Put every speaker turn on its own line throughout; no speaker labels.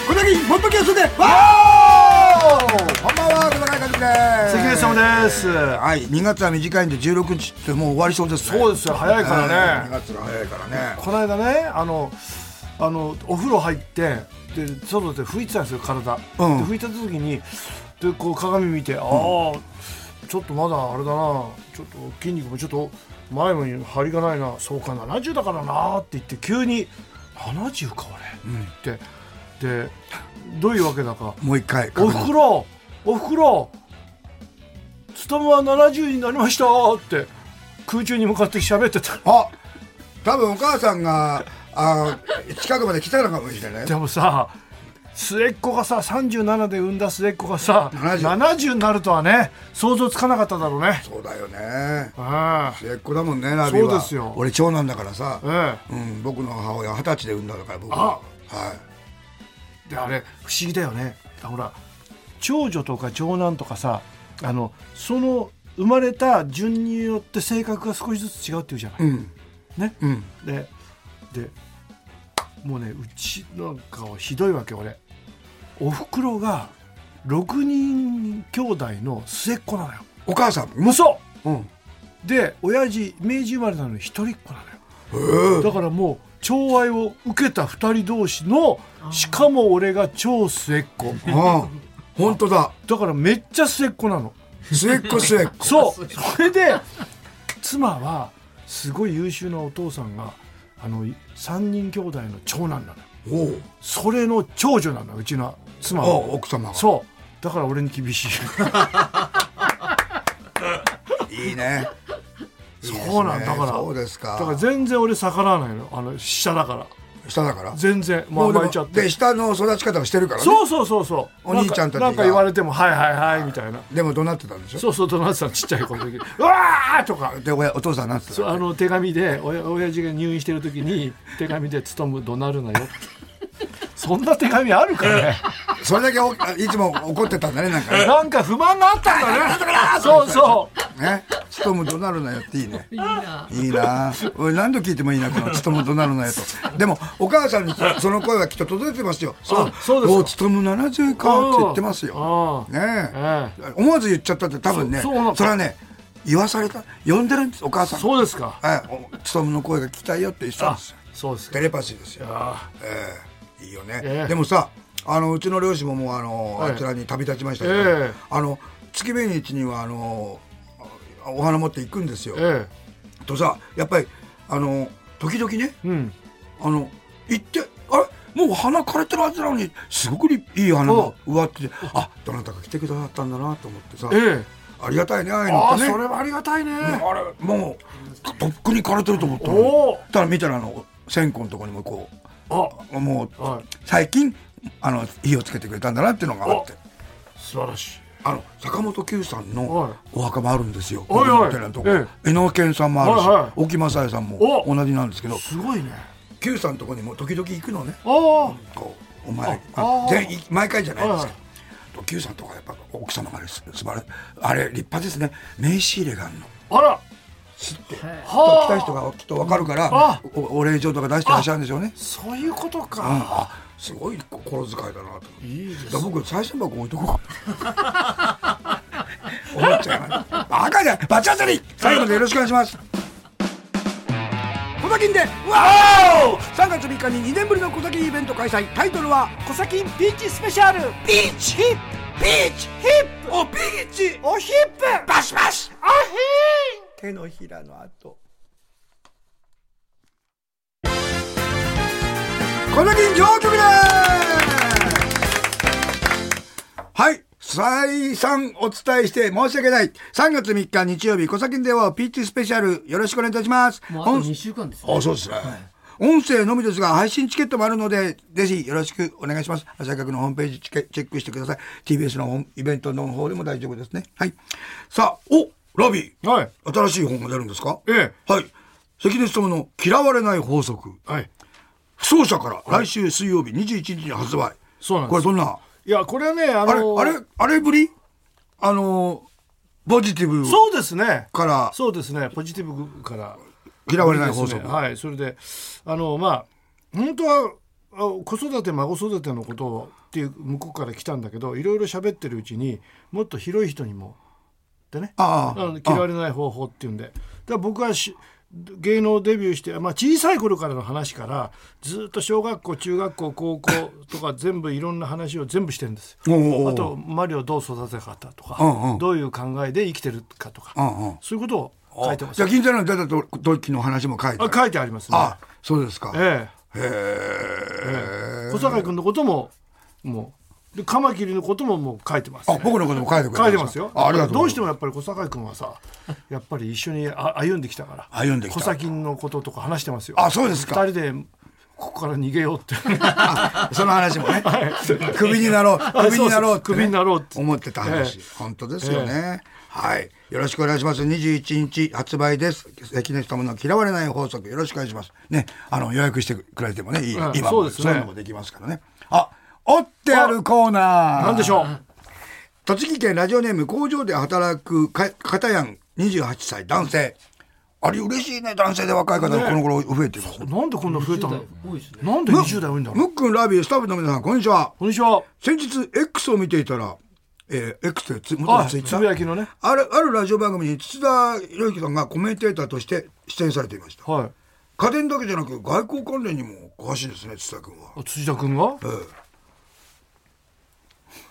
わー
ことで、
こんばんは、熊谷和樹です。
関根様です
はい、2月は短いんで16日ってもう終わりそうですね。
そうですよ早いからね
2月の早いからね。
この間ねあのあのお風呂入ってで外で拭いてたんですよ体、
うん
で拭いてた時にでこう鏡見てああ、ちょっとまだあれだなちょっと筋肉もちょっと前に張りがないなそうか70だからなって言って急に70か俺、って言ってでどういうわけだか
もう一回。
おふくろおふくろつとむは70になりましたって空中に向かって喋ってた
あ、多分お母さんが、あー近くまで来たのかもしれない
で
ね。
もさ末っ子がさ37で産んだ末っ子がさ
70
70になるとはね想像つかなかっただろうね
そうだよね。
うん
末っ子だもんね、ナビは。
そうですよ
俺長男だからさ。
え
うん、僕の母親二十歳で産んだから、僕
あ
は。はい。
えであれ不思議だよねあほら長女とか長男とかさあのその生まれた順によって性格が少しずつ違うっていうじゃない、
うん、
ね
うん。
ででもうねうちなんかはひどいわけ俺おふくろが6人兄弟の末っ子なのよ
お母さんも。
無双
うん。
で親父明治生まれなのに一人っ子なのよだからもう寵愛を受けた二人同士のしかも俺が超末っ子
あー、本当だ。
だからめっちゃ末っ子なの
末っ子末っ子。
そうそれで妻はすごい優秀なお父さんがあの3人兄弟の長男なのよ
おう
それの長女なのうちの妻は
おう奥様が
そうだから俺に厳しい
いいね。いいですね
そうなんだから
そうですか。
だから全然俺逆らわないのあの下だから
下だから。
全然もう
で
甘えちゃって
で下の育ち方をしてるからね。
そうそうそうそう
お兄ちゃんたちが
なんかなんか言われても「はいはいはい」みたいな
でも怒鳴ってたんでしょ。
そうそうとなってたのちっちゃい子の時「うわー!」とか
で親お父さんなんて言って
そう
た
あの手紙でおや親父が入院してる時に手紙で「勤む怒鳴るなよ」そんな手紙あるかね
それだけおあいつも怒ってたんだねなんかね。
なんか不満があったんだねそうそう
ね。ちとも怒鳴るなよっていいね。
いいな。
いいな。俺何度聞いてもいいなこのちとも怒鳴るなよと。でもお母さんにその声はきっと届いてますよ。
あそうですか
おちとも七十かって言ってますよ。
よ
ね
え
え。思わず言っちゃったって多分ね。
そうそうなの
それはね言わされた呼んでるんですお母さん。
そうですか
はい、お勤めの声が聞きたいよって言ってたん
あ
ですよ。
そうですか
テレパシーですよ。
あ
ええいいよね、
ええ
でもさ、あのうちの両親ももうあの、
はい
あちらに旅立ちましたけど、
ええ
あの月命日にはあのあお花持って行くんですよ。
え
とさ、やっぱりあの時々ね、
えうん
あの行ってあれもう花枯れてるはずなのにすごくりいい花が植わってて、あどなたか来てくださったんだなと思ってさ、
ええ
ありがたいねああいうの
あ
っ
あ
てね。
それはありがたいね
あれもうとっくに枯れてると思ったのに
おお
たら見たらあの線香のとこにもこ
あ
うもう、
はい
最近あの火をつけてくれたんだなっていうのがあって
素晴らしい
あの坂本九さん
はい
のお墓もあるんですよ、
はいはい
僕のお寺のとこ
え
江ノ健さんもあるし、
はいはい
沖正也さんも
お
同じなんですけど
すごいね
九さんのとこにも時々行くのね
あ
こうお前
あ
あ
あー
全毎回じゃないです
はい
か。と九さんとかやっぱ奥様がです素晴らしいあれ立派ですね名刺入れがあるの
ああら
知って
はあ
来た人がきっと分かるから、
あ
おお礼状とか出してらっしゃるんでしょうね。
そういうこと
うん
か
あすごい心遣いだなと思って。
いいです
だから僕最銭箱置いとこう。 思っちゃいます。バカじゃんバチ当たり最後までよろしくお願いします。小崎でわお3月3日に2年ぶりの小崎イベント開催タイトルは
コサキンビーチスペシャルビーチヒップビーチヒップ
おビーチ
おヒップ
バシバシ
おヒー
手のひらの跡この銀上局ですはい再三お伝えして申し訳ない3月3日日曜日小崎ではピーチスペシャルよろしくお願いいたします
もうあと
音
2週間ですね。
あそうですね、音声のみですが配信チケットもあるのでぜひよろしくお願いします朝学のホームページチケチェックしてください TBS のホームイベントの方でも大丈夫ですねはいさあおラビー
はい
新しい本が出るんですか
え
はい。関根勤の嫌われない法則。
はい
不走者から来週水曜日21日に発売。
そうなんで
こ
す
れどんな、
いやこれはねあ
あれ
の、
あれ、あれぶりあのー、ポジティブ
そうですね
から
そうですねポジティブから
嫌われない法
です
則。
ねはいそれであのまあ本当はあ子育て孫育てのことをっていう向こうから来たんだけどいろいろ喋ってるうちにもっと広い人にもってね
ああ
あの嫌われない方法っていうんでだから僕はし芸能デビューして、まあ、小さい頃からの話からずっと小学校中学校高校とか全部いろんな話を全部してるんです
おうおうおう
あとマリオどう育てたかとか、
うんうん
どういう考えで生きてるかとか、
うんうん
そういうことを書いてます
じゃあ銀座の出た時の話も書いてあ
あ
る
書いてありますね
あそうですか
え
へえ
え小坂井君のことももうでカマキリのことももう書いてます、
あ僕のことも書いてくれ
書
たんで
いて
か
ますよ
あありがとう
どうして
も
もやっぱり小坂井君はさやっぱり一緒にあ歩んできたから
歩んできた
小崎のこととか話してますよ
あそうですか
二人でここから逃 げようって
その話もねクビになろうクビになろうってね
そうそうクビになろうって
思ってた話
ええ
本当ですよねはいよろしくお願いします21日発売です関根勤の嫌われない法則よろしくお願いしますねあの予約してくれてもねいい
うん
今
そう
も
ですね
そういうのもできますからねあ折ってあるコーナー
なんでしょう
栃木県ラジオネーム工場で働くか片やん28歳男性あれ嬉しいね男性で若い方がこの頃増えています、
なんでこんな増えたの
多いですね
なんで20代多いんだろう
ムックンラビースタッフの皆さんこんにちは
こんにちは
先日 X を見ていたら、えー、X というつ元の
あ
ツイッ
つ
タ
ぶや
ー
きのね
あるあるラジオ番組に土田裕之さんがコメンテーターとして出演されていました
はい
家電だけじゃなく外交関連にも詳しいですね土田君は、
あ辻田君が
え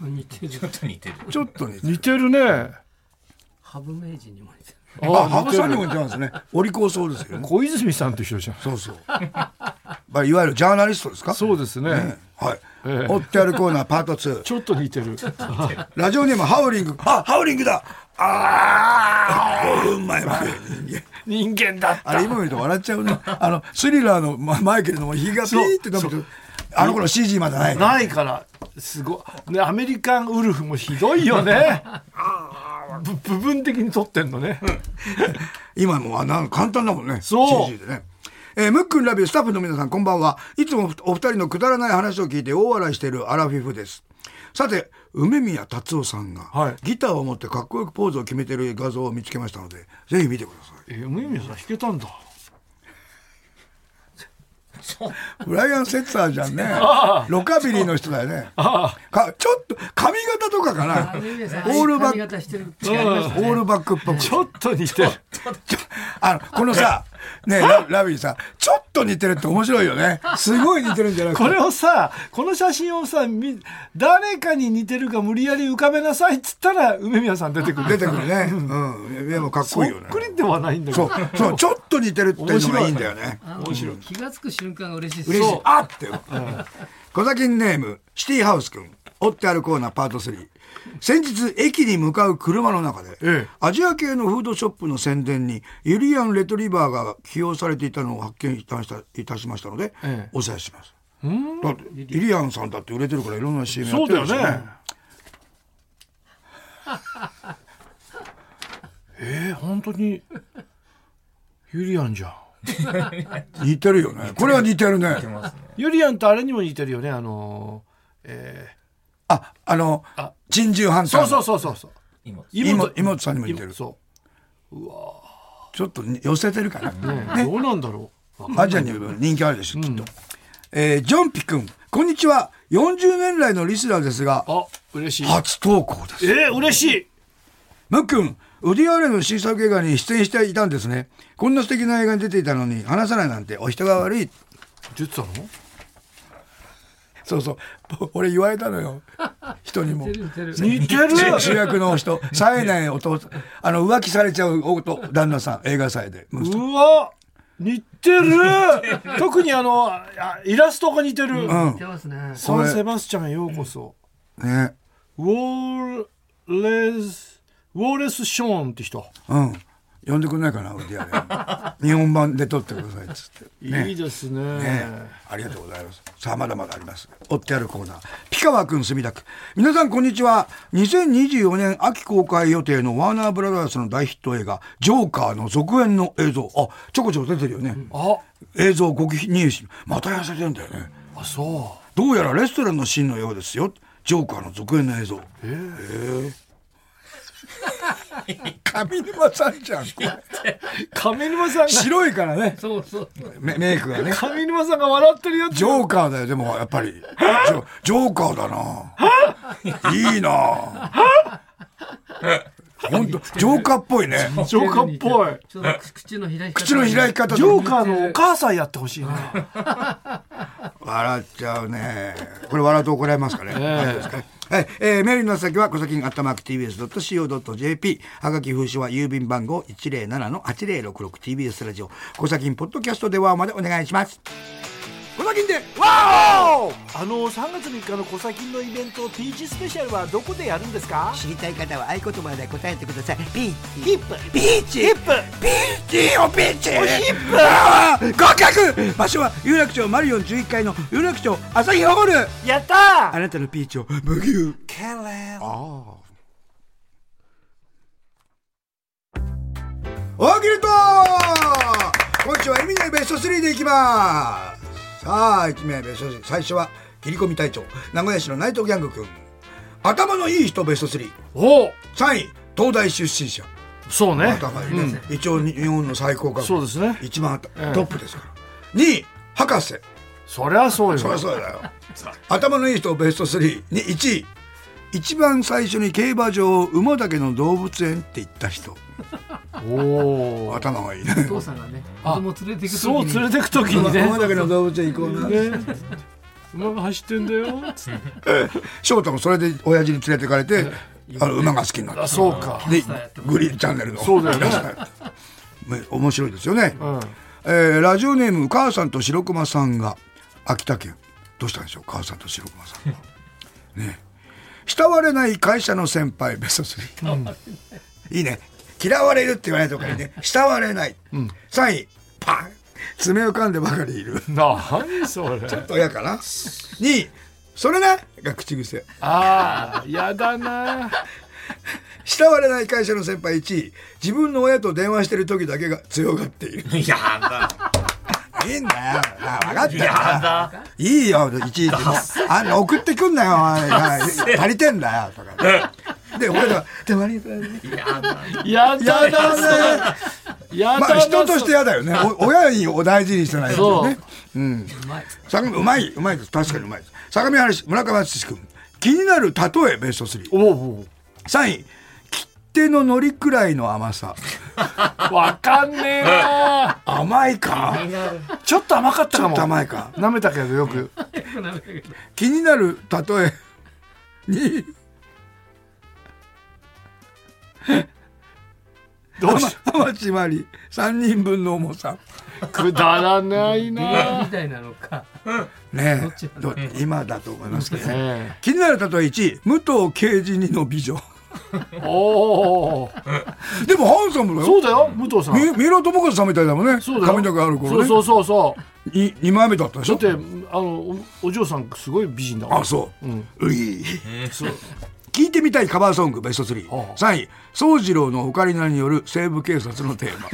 似てる
ちょっと似てる
えちょっと似て
似てるね
ハブ名人にも似てる
あ
似
羽生
てる
さんにも似て ますねお利口そうですよね
小泉さんと一緒じゃん
そうそう、まあ、いわゆるジャーナリストですか
そうですね
はい。
ええ
追ってあるコーナーパート2。
ちょっと似てる
ラジオネームハウリング。あ、ハウリングだ。ああ、うまいわ。
人間だ
あれ今見ると笑っちゃうね。あのスリラーのママイケルの日がピーって伸びてる。あの頃 CG まだない。あ
ないからすごい、ね、アメリカンウルフもひどいよ ねぶ部分的に撮ってんのね
今もうあなんか簡単だもんね。
そう
CG でね。えームックンラビースタッフの皆さんこんばんは。いつもお二人のくだらない話を聞いて大笑いしているアラフィフです。さて、梅宮達夫さんが、
はい
ギターを持ってかっこよくポーズを決めている画像を見つけましたので、ぜひ見てください。
えー、無意味さん弾けたんだ
ブライアン・セッサーじゃんね
あ。
ロカビリーの人だよね。
あ
かちょっと髪型とかかな。オールバ
髪
ック、
型してる
オールバックっぽく。
ちょっと似てる
ちょあの、このさ、ねララビーさん、ちょっと似てるって面白いよね。すごい似てるんじゃなくて。
これをさこの写真をさみ誰かに似てるか無理やり浮かべなさいっつったら梅宮さん出てくる
出てくるね。うん。でもかっ
そ
こ
っ
いいよね。
くりではないんだけ
そ
ど
う、そう、ちょっと似てるっていうのがいいんだよね。
面白い気がつく瞬間が嬉しいです
嬉しい
そう。
あって。小崎ネーム、シティハウス君、追ってあるコーナーパート3。先日、駅に向かう車の中で、
ええ
アジア系のフードショップの宣伝に、ユリアン・レトリバーが起用されていたのを発見いたしたいたしましたので、
ええ
お伝えします。だってユリアンさんだって売れてるからいろんな CM やっ
そう
てる
だ
ん
よ
ですよ
ね。 えー、本当にユリアンじゃん。
似てるよね。これは似てるね。
似てますね
ユリアンとあれにも似てるよね。あのー、え
あ、あの
あ、
珍獣ハン
ー、
ター
そう
の。
そうそうそうそう。
今
妹妹さんにも似てる
妹そ
ちょっと寄せてるかな。
う。ね、どうなんだろう。わかんない
アジアに人気あるでしょ、きっと。えージョンピ君、こんにちは。40年来のリスナーですが、
あ、嬉しい。
初投稿です。
えー、嬉しい。
ムックン、ウディアーレンの新作映画に出演していたんですね。こんな素敵な映画に出ていたのに、話さないなんてお人が悪い。
出てたの？
そうそう。 俺言われたの よ。人にも
似。てる似てる
似てる。
主役の人、冴えない弟、あの、浮気されちゃう弟、旦那さん、映画祭で。
うわ、似てる。特にあのあイラストが似てる。
うん
似。てますね
サンセバスチャンへようこそ。
ね。
ウォーレス、ウォーレス・ショーンって人。
うん。呼んでくんないかな、ウディアー レン。日本版で撮ってください、つって。
いいですね。
ねえありがとうございます。さあ、まだまだあります。追ってあるコーナー。ピカワ君、墨田区。皆さん、こんにちは。2024年秋公開予定のワーナーブラザーズの大ヒット映画、ジョーカーの続編の映像。あ、ちょこちょこ出てるよね。
あ、
映像ご記入し、また痩せてんだよね。
あ、そ
どうやらレストランのシーンのようですよ。ジョーカーの続編の映像。
う。ええ
上沼さんじゃん。これ
上沼さんが
白いからね。
そうそう。
メメイクがね。
上沼さんが笑ってるやつ
ジョーカーだよ、でも、やっぱり。ジョジョーカーだな。いいな。本当、ジョーカーっぽいね。
ジョーカーっぽい
ちょっと口の開き方。
口の開き方
ジョーカーのお母さんやってほしいな
笑っちゃうね。これ笑うと怒られますかね。大丈夫ですかねはい、えー、メールの先は、こさきん、あったまく tbs.co.jp。はがき封書は、郵便番号 107-8066tbs ラジオ。こさきん、ポッドキャストではまでお願いします。こさきんで、
あの3月3日の小崎のイベント TG スペシャルはどこでやるんですか
知りたい方は合言葉で答えてくださいピーチヒップピーチヒップ
ピッチおピッチあー合格場所は、有楽町マリオン11階の有楽町朝日ホール
やった
あなたのピーチを、ブギュー。大喜利と今週は意味ないベスト3でいきますさあ1名ベスト3最初は切り込み隊長名古屋市の内藤ギャング君頭のいい人ベスト33
おお
位東大出身者
そうね
頭いいね、一応に日本の最高額
そうですね
一番あた
ええ
トップですから2位博士
そりゃそうよ
そりゃそうだ よ頭のいい人ベスト3に1位一番最初に競馬場を馬だけの動物園って言った人
おお
頭がいいね
お父さんがね、子供連れて行く時に。
そう連れてくときにね
馬だけの動物園行こうな
ね馬が走ってんだよつって
翔太もそれで親父に連れてかれて、あの馬が好きになった
あそうか
でグリーンチャンネルの
そうだよね
ね面白いですよね、
うん
えーラジオネーム母さんと白熊さんが秋田県どうしたんでしょう母さんと白熊さんがね慕われない会社の先輩ベスト3、いいね嫌われるって言われたとかにね慕われない、3位パン爪を噛んでばかりいる
何それ
ちょっと嫌かな2位それねが口癖
ああやだな
慕われない会社の先輩1位自分の親と電話してる時だけが強がっている
やだ。
いいんだよあ分かったよ
やだ。
いいよいちいちもうあんな送ってくんなよお前はい足りてんだよとかで俺が「でもありがとうございます
や
や
だ。
だ
や
な
だね
やだ
ま
な
あ人として嫌だよねお親にお大事にしてないとねうん相模うまいうまいです確かにうまいです相模原市村上敦君気になる例えベスト33
おお
位切手の海苔くらいの甘さ
わかんねえな
甘いか
ちょっと甘かっ
ち
たか
ょっ
も
と甘いか
舐めたけどよく
気になる例えに
どうし
浜地まり3人分の重さ
くだらないな
みたいなのか。
ねえど今だと思いますけどね
ね
気になる例え1武藤刑事2の美女
えおお
でもハンサムだ
そ
よ
うだよ武藤さん
み三浦友和さんみたいだもんね
そうだよ
髪の毛ある
そ
頃
うそ
ね
うそうそう
い二枚目だったでし
だ
ょ
ってあのおお嬢さんすごい美人だから
あそう、
ん
うい
そう
聞いてみたいカバーソングベスト
ああ
33位宗次郎のオカリナによる西部警察のテ ーマ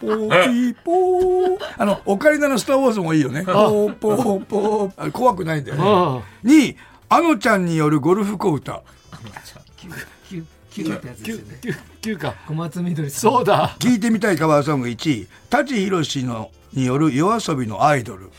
ポーピーポーあのオカリナの「スター・ウォーズ」もいいよねポーポーポーあれ怖くないんだよね
あ
2位あのちゃんによるゴルフ小歌
キュキュってやつですよね。
9か
小松みどりさん。
そうだ
聞いてみたいカバーソング1位舘ひろしのによる夜遊びのアイドル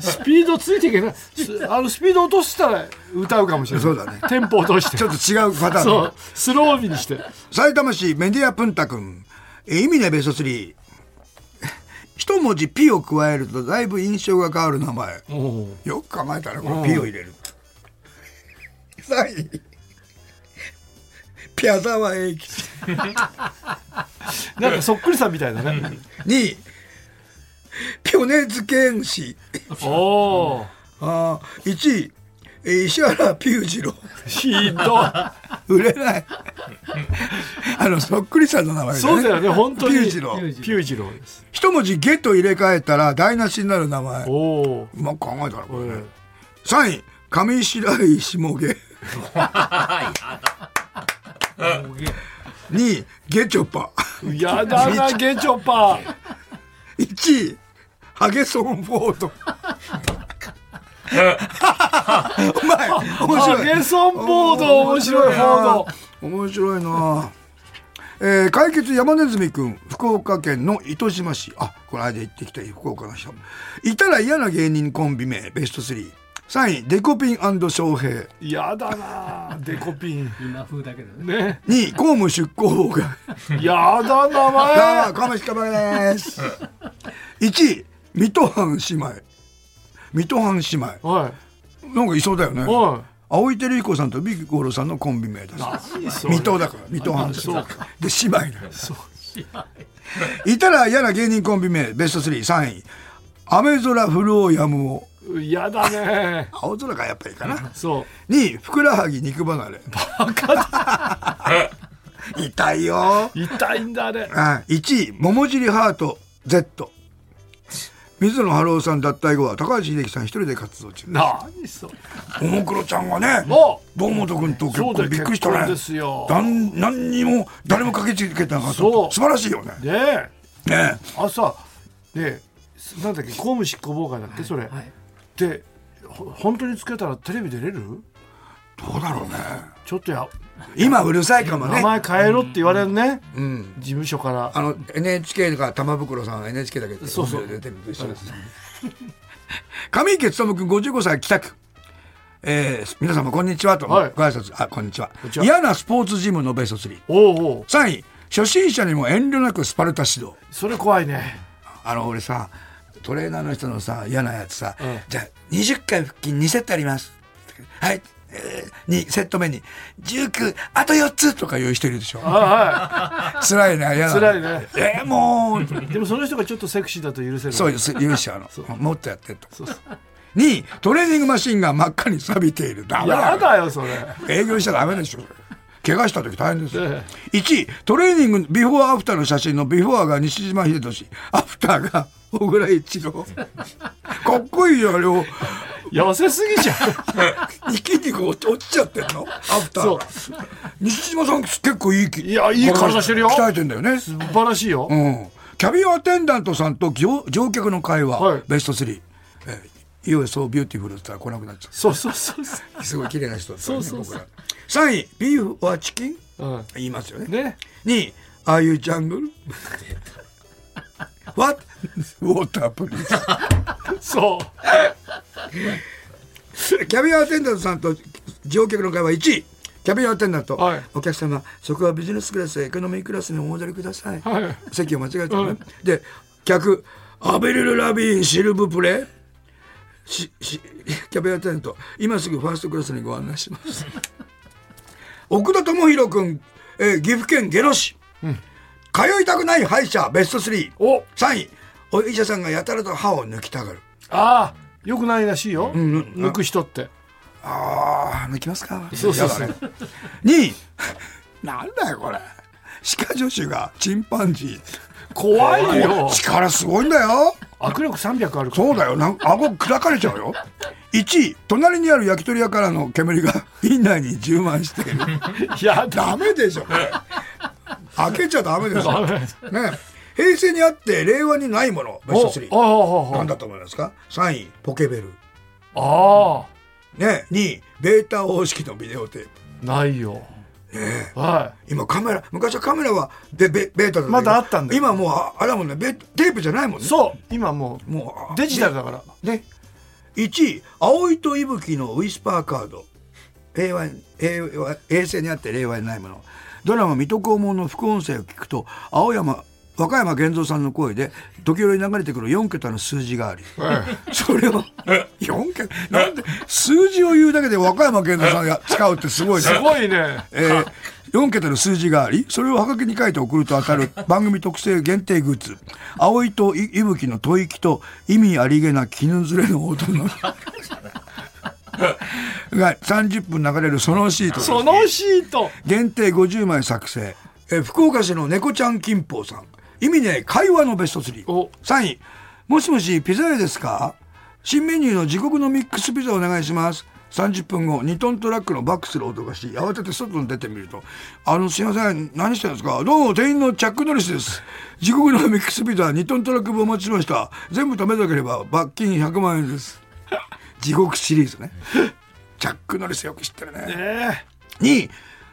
スピードついていけないすあのスピード落としたら歌うかもしれない
そうだね
テンポ落として
ちょっと違うパターン
そうスローミにして
埼玉市メディアプンタ君え意味ねベスト3 一文字「ピ」を加えるとだいぶ印象が変わる名前
おう
よく考えたらこれ「ピ」を入れる3位ピアザワ永吉
なんかそっくりさんみたいだね
2位ピョネズケン氏
おお
あー1位えー石原ピュージロ
ひどい
売れない あのそっくりさんの名前ね
そうだよね本当に
ピュージロ
ピュージローです
一文字「ゲ」と入れ替えたら台無しになる名前
おお
うまく考えたらこれね、
うん
3位上白石下毛2位ゲチョパ
やだなゲチョパ
1位ハゲソンフォードうまい面
あ
白い
ゲソンボード面白いボード
面白いなえー、解決山ネズミくん福岡県の糸島市あこの間行ってきた福岡の人いたら嫌な芸人コンビ名ベスト33位デコピン翔平
やだなデコピン
今風だけどね。
ね
2位公務出向が
やだ名
あ
前
あ、かましかまです。1位、水戸藩姉妹。水戸藩姉妹。
おい
なんかいそうだよね。
おい
青井照彦さんとビキゴロさんのコンビ名だし。
何それ
水戸だから、水戸藩姉
そう
妹。で、姉妹だ。
知らない
いたら嫌な芸人コンビ名、ベスト3、3位。雨空降ろうやむを。
やだね
青空がやっぱりかな。
そう
2位、ふくらはぎ肉離れ。 痛いよ。
痛いんだね
あ1位桃尻ハート Z 水野晴郎さん脱退後は高橋英樹さん一人で活動中
何それ
ももクロちゃんがね
お
堂本君と結
そうだ
婚
よ
びっくりし
結
た
婚
ね
ですよ
なん何にも誰も駆けつけたなかった
そ
素
う
晴らしいよね
ねえ
ね
朝でなんだっけ公務執行妨害だっけそれ
はい。
でほ本当につけたらテレビ出れる
どうだろうね
ちょっとや
今うるさいかも
名
ね、
前変えろって言われるね
うん、
事務所から
あの NHK が玉袋さんは NHK だけど
そうそう
出てると一緒です上池勉君55歳帰宅えー、皆様こんにちはと、
はい
ご挨拶あこんにちは
んにちは
嫌なスポーツジムのベスト3
おうおう
3位初心者にも遠慮なくスパルタ指導
それ怖いね
あの俺さトレーナーの人のさ嫌なやつさ、
うん
じゃあ20回腹筋2セットありますはい、え2セット目に19あと4つとか言う人いるでしょ
は
辛いね嫌なの
辛い ね
えーもう
いはいでもその人がちょっとセクシーだと許せる
そうです許しちゃう のもっとやってと
そうそう
2位トレーニングマシンが真っ赤に錆びているダメだ
や
よ
だよそれ
営業しちゃダメでしょ怪我した時大変ですよ
え
1位トレーニングビフォーアフターの写真のビフォーが西島秀俊アフターが小倉一郎かっこいいよあれを
痩せすぎじゃん
筋肉落ちちゃってんのアフターが西島さん結構いいき
いやいい体してるよ
鍛えてんだよね
素晴らしいよ
うんキャビンアテンダントさんと乗乗客の会話、
はい
ベスト3「えー、You are so beautiful」って言ったら来なくなっちゃ
そうそうそうそ
ってすごい綺麗な人だったよね
そうそうそ
僕
う
ら3位「ビーフはチキン
う、うん」
言いますよね
ね
2位「Are you jungle?」「What? Water please
そ」
キャビンアテンダントさんと乗客の会話1位キャビンアテンダント、
はい
お客様そこはビジネスクラスやエコノミークラスにお戻りください、
うはい
席を間違えた
う
のね
ん。
で、客、アベリル・ラビーン、シルブプレーし、し、キャビアテント、今すぐファーストクラスにご案内します。 奥田智弘君、えー岐阜県下呂市。通いたくない歯医者、ベスト3。
お
3位、お医者さんがやたらと歯を抜きたがる。
ああよくないらしいよ、
ん
抜く人って
あー、抜きますか。
そうそうそう
やだね2位、なんだよこれ。歯科助手がチンパンジ
怖いよ
ー。力すごいんだよ。
握力300あるから
そうだよなん顎砕かれちゃうよ1位隣にある焼き鳥屋からの煙が 院内に充満している
やだ
ダメでしょ開けちゃダメでしょね平成にあって令和にないものベスト3
おあ
何だと思いますか3位ポケベル
あああ
ね2位ベータ方式のビデオテープ
ないよ
ね
は
今カメラ昔はカメラはでベベータだったけど
まだあったんだよ
今もうああれだもんねベテープじゃないもん
い
ね
そう今もう
もうあ
デジタルだから
ね、1位葵と息吹のウィスパーカード平和平和平成にあって令和にないものドラマ「水戸黄門」の副音声を聞くと青山若山源三さんの声で時折流れてくる4桁の数字があり、それを4桁なんで数字を言うだけで若山源三さんが使うってすごいね
すごいね
えー、4桁の数字がありそれをはがきに書いて送ると当たる番組特製限定グッズ「葵とい息吹の吐息と意味ありげな絹ずれの音の」が30分流れるそのシートです
そのシート
限定50枚作成、えー福岡市の猫ちゃん金峰さん意味ね会話のベスト
お
33位もしもしピザ屋ですか新メニューの地獄のミックスピザお願いします30分後2トントラックのバックする音がし慌てて外に出てみると「あのすいません何してるんですかどうも店員のチャック・ノリスです地獄のミックスピザ2トントラック分お待ちしました全部食べなければ罰金100万円です」地獄シリーズね。ジャック・ノリスよく知ってるね。
え
に、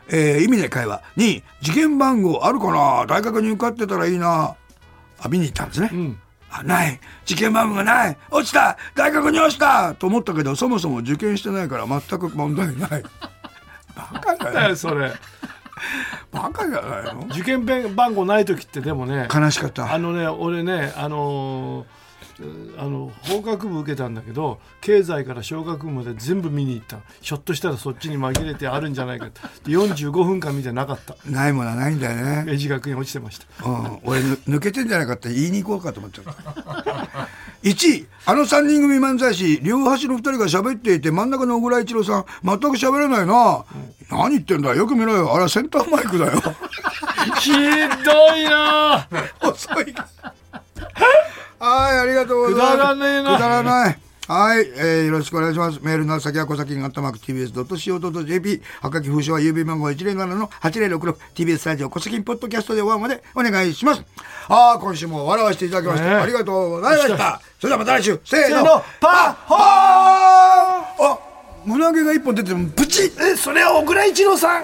えー意味ない会話に事件番号あるかな大学に受かってたらいいなあ見に行ったんですね、あない事件番号がない落ちた大学に落ちたと思ったけどそもそも受験してないから全く問題ない バカじゃ
えだ
ない
よそれ
バカじゃないの
受験弁番号ない時ってでもね
悲しかった
あのね俺ねあのーあの法学部受けたんだけど経済から小学部まで全部見に行ったひょっとしたらそっちに紛れてあるんじゃないかってで45分間見てなかった
ないものはないんだよね
明治学院落ちてました
うん、俺ぬ抜けてんじゃないかって言いに行こうかと思っちゃった1 位あの3人組漫才師両端の2人が喋っていて真ん中の小倉一郎さん全く喋れないな、何言ってんだよく見ろよあれはセンターマイクだよ
ひどいなぁ
遅いはいありがとうございます
くだらねえな
くだらないはい、えーよろしくお願いします。メールの先は小崎がたまく tbs.co.jp。はかき封書は郵便番号107-8066。tbs ラジオ小崎ポッドキャストでお会いまでお願いします。ああ、今週も笑わせていただきまして、
ねえ
ありがとうございました。それではまた来週、せー
せ
の、
ーのパッホ
ああ胸毛が一本出てる、プチッ
えそれは小倉一郎さん